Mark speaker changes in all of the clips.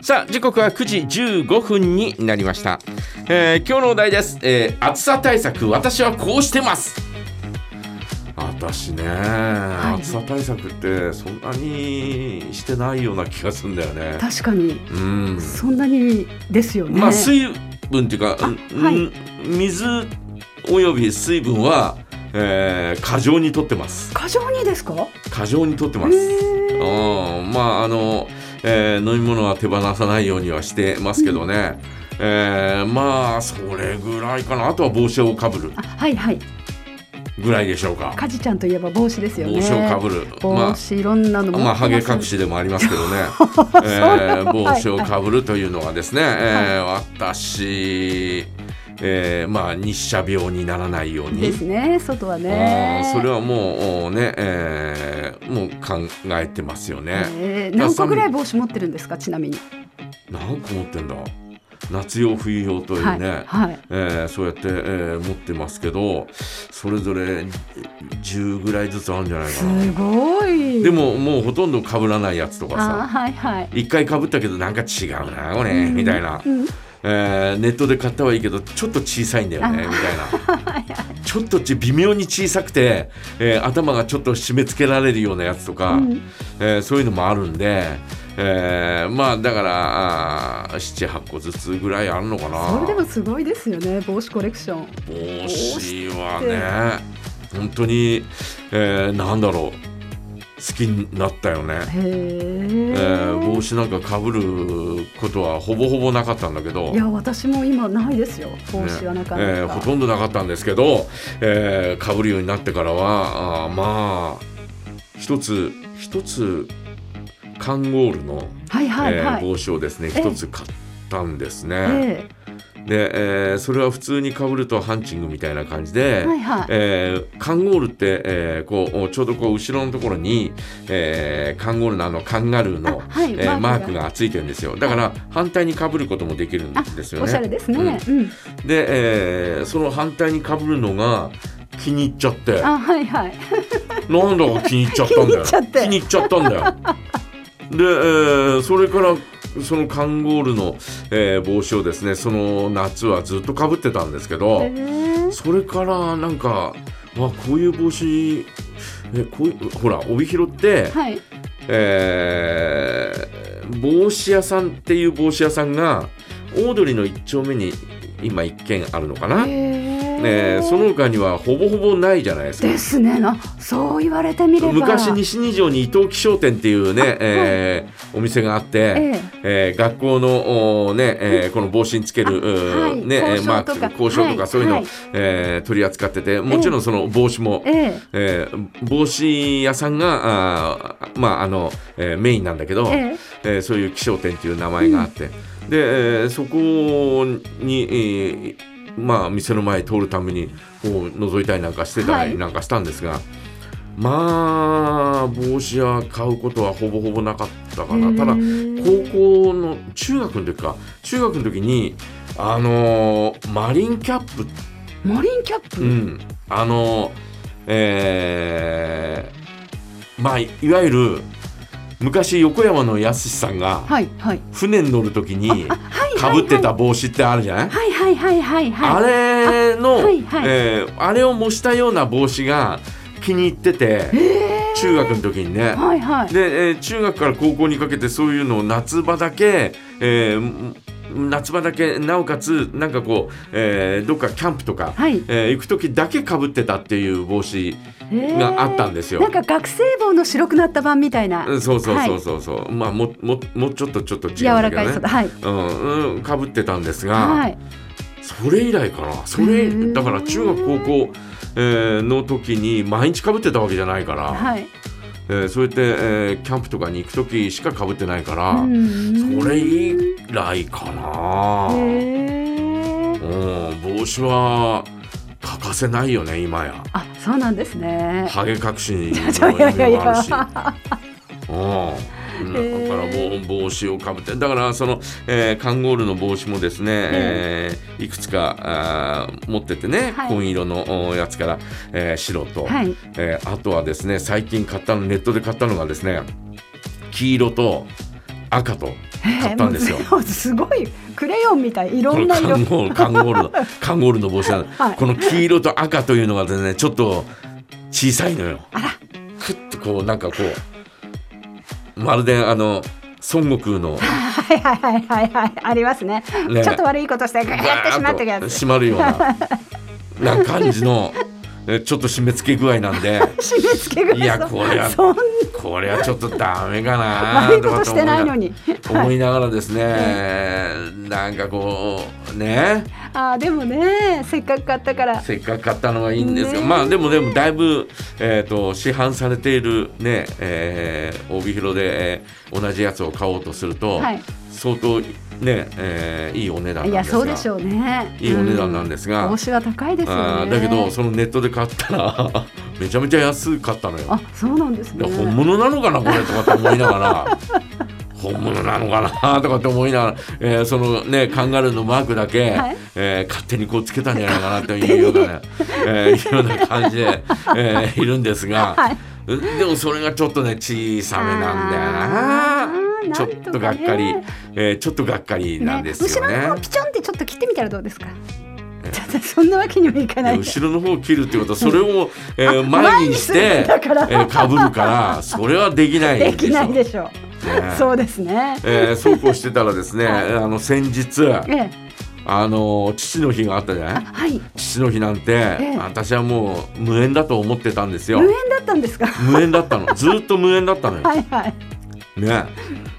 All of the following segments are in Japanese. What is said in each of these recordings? Speaker 1: さあ時刻は9時15分になりました、えー今日のお題です、えー暑さ対策私はこうしてます私ね、
Speaker 2: い
Speaker 1: 暑さ対策ってそんなにしてないような気がするんだよね
Speaker 2: 確かに
Speaker 1: うん
Speaker 2: そんなにですよね。
Speaker 1: まあ水分っていうか、うん
Speaker 2: はい
Speaker 1: うん水および水分は、えー過剰にとってます
Speaker 2: 過剰にですか？
Speaker 1: 過剰にとってます、
Speaker 2: ええ
Speaker 1: うん、まああの、えー飲み物は手放さないようにはしてますけどね、えーまあそれぐらいかなあとは帽子をかぶる
Speaker 2: あはいはい。
Speaker 1: ぐらいでしょうか
Speaker 2: カジちゃんといえば帽子 ですよね。
Speaker 1: 帽子をかぶるま
Speaker 2: 帽子いろんなの
Speaker 1: あ
Speaker 2: 持
Speaker 1: まあ、ハゲ
Speaker 2: ってま
Speaker 1: 隠
Speaker 2: す。
Speaker 1: しでもありますけ どね、えー帽子をかぶるというのはですね、えー私、えーまあ、日射病にならないように
Speaker 2: ですね。外は
Speaker 1: あ
Speaker 2: ね。
Speaker 1: ーそれはもうね、えーもう考えてますよね。
Speaker 2: ええ何個ぐらい帽子持ってるんですかちなみに。
Speaker 1: 何個持ってんだ夏用冬用とい
Speaker 2: は
Speaker 1: う
Speaker 2: い
Speaker 1: ね、
Speaker 2: はい。
Speaker 1: えーそうやって、えー持ってますけどそれぞれ10ぐらいずつあるんじゃないかな
Speaker 2: すごい。
Speaker 1: でももうほとんど被らないやつとか
Speaker 2: あー
Speaker 1: さ
Speaker 2: はいはい。
Speaker 1: 一回被ったけどなんか違うなこれみたいな、
Speaker 2: うん
Speaker 1: えーネットで買ったはいいけどちょっと小さいんだよねみたいなちょっとち微妙に小さくて、えー頭がちょっと締め付けられるようなやつとか、
Speaker 2: うん
Speaker 1: えーそういうのもあるんで、えーまあだから78個ずつぐらいあるのかな
Speaker 2: それでもすごいですよね帽子コレクション。
Speaker 1: 帽子はね本当に、えーなんだろう好きになったよね、
Speaker 2: へ
Speaker 1: え
Speaker 2: え
Speaker 1: ー帽子なんかかぶることはほぼほぼなかったんだけど
Speaker 2: いや私も今ないですよ帽子はなかなか、
Speaker 1: ねえーほとんどなかったんですけど、えー、被るようになってからはあーまあ一つ一つカンゴールの、
Speaker 2: はいはい
Speaker 1: え
Speaker 2: は
Speaker 1: ー
Speaker 2: い、
Speaker 1: 帽子をですね
Speaker 2: え
Speaker 1: 一つ買ったんですね。
Speaker 2: え
Speaker 1: で、えーそれは普通に被るとハンチングみたいな感じで、
Speaker 2: えはいはい、
Speaker 1: えーカンゴールって、えーこうちょうどこう後ろのところに、えーカンゴールのあのカンガルーの、
Speaker 2: あはい
Speaker 1: えーマ
Speaker 2: マ
Speaker 1: ー
Speaker 2: ー
Speaker 1: ク
Speaker 2: クが
Speaker 1: がついてるんですよだから反対に被ることもできるんですよ
Speaker 2: おしゃれ
Speaker 1: ね。
Speaker 2: ですね、うん
Speaker 1: で、えーその反対に被るのが気に入っちゃってな
Speaker 2: あはいはい
Speaker 1: んだか気に入っちゃったんだよ
Speaker 2: 気に入っちゃって
Speaker 1: 気に入っちゃったんだよ。で、えーそれからそのカンゴールの、えー帽子をですねその夏はずっと被ってたんですけど。
Speaker 2: へえ
Speaker 1: それからなんか、まあ、こういう帽子えこういうほら帯広って、
Speaker 2: はい
Speaker 1: えー帽子屋さんっていう帽子屋さんがオードリーの一丁目に今一軒あるのかな、
Speaker 2: へ
Speaker 1: ね
Speaker 2: え
Speaker 1: その他にはほぼほぼないじゃないですか。
Speaker 2: ですねなそう言われてみれば
Speaker 1: 昔西二条に伊藤記商店っていうね、えーお店があって、
Speaker 2: ええ
Speaker 1: えー学校のおーね、えーこの帽子につける、
Speaker 2: あはい
Speaker 1: うんね、えー
Speaker 2: 校章とか
Speaker 1: マーク交渉とか
Speaker 2: はい
Speaker 1: そういうのを、
Speaker 2: はい
Speaker 1: えー取り扱っててもちろんその帽子も、
Speaker 2: ええ
Speaker 1: えー帽子屋さんがあーまああの、えーメインなんだけど、
Speaker 2: ええ
Speaker 1: えーそういう気象店っていう名前があって、で、えーそこに、えーまあ店の前通るためにこう覗いたりなんかしてた
Speaker 2: は
Speaker 1: り
Speaker 2: い
Speaker 1: なんかしたんですが、まあ帽子屋買うことはほぼほぼなかったかな。ただ
Speaker 2: へえ
Speaker 1: 高校の中学の時か中学の時にあのーマリンキャップって
Speaker 2: マリンキャップ、
Speaker 1: うん、あのえーまあいわゆる昔横山のやすしさんが
Speaker 2: はいはい
Speaker 1: 船に乗る時に
Speaker 2: はい
Speaker 1: かぶってた帽子ってあるじゃない、
Speaker 2: はいはいはいはいはいはい
Speaker 1: あれの
Speaker 2: あはいはい
Speaker 1: えーあれを模したような帽子が気に入ってて、中学の時にね。
Speaker 2: はいはい
Speaker 1: で、えー中学から高校にかけてそういうのを夏場だけ、えー夏場だけなおかつなんかこう、えーどっかキャンプとか、
Speaker 2: はい
Speaker 1: えー行く時だけかぶってたっていう帽子
Speaker 2: へえ
Speaker 1: があったんですよ。
Speaker 2: なんか学生帽の白くなった版みたいな、
Speaker 1: うんそうそうそうそうそう、まあもももうちょっとちょっと違うん
Speaker 2: 柔
Speaker 1: だ
Speaker 2: ら
Speaker 1: け
Speaker 2: かい
Speaker 1: ど
Speaker 2: さ
Speaker 1: ね。
Speaker 2: はい
Speaker 1: うん、うん、かぶってたんですが、
Speaker 2: はい
Speaker 1: それ以来かなそ
Speaker 2: へ
Speaker 1: れ
Speaker 2: ー
Speaker 1: だから中学高校、えーの時に毎日かぶってたわけじゃないから、
Speaker 2: はい
Speaker 1: えーそうやって、えーキャンプとかに行く時しかかぶってないから、
Speaker 2: そ
Speaker 1: それ以来かな、
Speaker 2: へえ。
Speaker 1: うん、帽子は欠かせないよね今や。
Speaker 2: あ、そうなんですね。
Speaker 1: ハゲ隠しの意
Speaker 2: ち ょいやいや
Speaker 1: 味
Speaker 2: い
Speaker 1: もある
Speaker 2: や
Speaker 1: し。うんだからもう帽子をかぶってだからその、えーカンゴールの帽子もですね、えーいくつかあー持っててね、
Speaker 2: はい
Speaker 1: 紺色のおやつから、えー白と、
Speaker 2: はい。
Speaker 1: えーあとはですね最近買ったのネットで買ったのがですね黄色と赤と買ったんですよ。
Speaker 2: すごいクレヨンみたいいろんな色。
Speaker 1: このカンゴールのカンゴールの帽子 なん、はい、この黄色と赤というのがですねちょっと小さいのよ。
Speaker 2: あら。
Speaker 1: ふっとこうなんかこうまるであの孫悟空の。
Speaker 2: はいはいはいはいはいありますね。ねちょっと悪いことしてグーってしまってやつ。
Speaker 1: 閉まるよう なな感じの。ちょっと締め付け具合なんで
Speaker 2: 締め付け具合
Speaker 1: いやこれはこれはちょっとダメかな
Speaker 2: 悪いことしてないのに
Speaker 1: 思いながらです ね、はい、なんかこうね
Speaker 2: あでもねせっかく買ったから
Speaker 1: せっかく買ったのはいいんですが、ね、まあでもでもだいぶ、えーと、と市販されているね、えー、帯広で、えー、同じやつを買おうとすると、はい、相当ね、えー、いいお値段
Speaker 2: いやそうでしょうね
Speaker 1: いいお値段なんですが、
Speaker 2: うん、帽子は高いですよ
Speaker 1: ねだけどそのネットで買ったら めちゃめちゃ安かったのよ
Speaker 2: あそうなんですね
Speaker 1: 本物なのかなこれとかって思いなが ら本物なのかなとかって思いながら、えー、そのねカンガルーのマークだけ、はい、えー、勝手にこうつけたんじゃないかなというような、ね、えー、ような感じで、えー、いるんですが、はい、でもそれがちょっとね小さめなんだよな。ね、ちょっとがっかり、えー、ちょっとがっかりなんですよね。
Speaker 2: ね後ろのピチョンってちょっと切ってみたらどうですか。えー、 そんなわけにもいかない。
Speaker 1: 後ろの方を切るってことは、それを、えー、前にして、えー、かぶるから、それはできない
Speaker 2: で。できないでしょう。ね、そうですね。
Speaker 1: えー、そうこうしてたらですね、はい、あの先日。ええあの父の日があったじゃない、
Speaker 2: はい、
Speaker 1: 父の日なんて、ええ、私はもう無縁だと思ってたんですよ
Speaker 2: 無縁だったんですか
Speaker 1: 無縁だったのずっと無縁だったのよ
Speaker 2: はい、はい。
Speaker 1: ね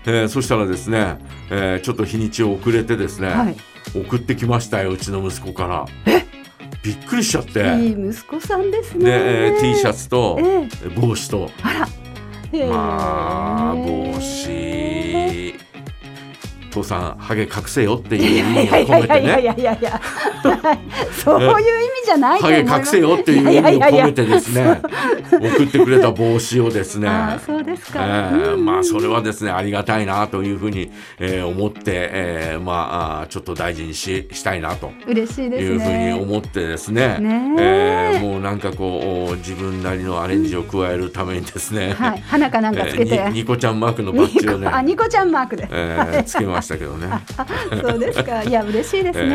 Speaker 1: えー、そしたらですね、えー、ちょっと日にちを遅れてですね、はい、送ってきましたようちの息子からびっくりしちゃって
Speaker 2: いい息子さんですね
Speaker 1: ね、えー、T シャツと、えー、帽子と
Speaker 2: あら、
Speaker 1: えー、まあ帽子父さんハゲ隠せよっていう意味を込めてねいや
Speaker 2: いやいやいや そういう意味じゃない
Speaker 1: ハゲ隠せよっていう意味を込めてです ね送ってくれた帽子をですね
Speaker 2: そうですか、え
Speaker 1: ー、まあそれはですねありがたいなというふうに、えー、思って、えー、まあちょっと大事にししたいなと
Speaker 2: 嬉しいです
Speaker 1: いうふうに思ってですね
Speaker 2: ね
Speaker 1: えー、もうなんかこう自分なりのアレンジを加えるためにですね、
Speaker 2: はい、花かなんかつけて、えー、
Speaker 1: ニコちゃんマークのバッジをね
Speaker 2: あニコちゃんマークで、
Speaker 1: えー、つけましたけどね
Speaker 2: そうですかいや嬉しいですね、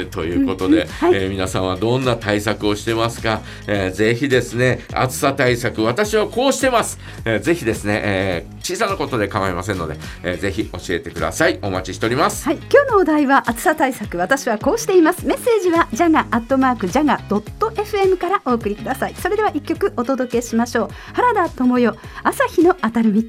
Speaker 1: えー、ということで、うん、えー、皆さんはどんな対策をしてますか、えー、ぜひですね暑さ対策私はこうしてます、えー、ぜひですね、えー、小さなことで構いませんので、えー、ぜひ教えてくださいお待ちしております、
Speaker 2: はい、今日のお題は暑さ対策私はこうしていますメッセージはジャガアットマークジャガドット FM からお送りくださいそれでは一曲お届けしましょう原田智代朝日の当たる道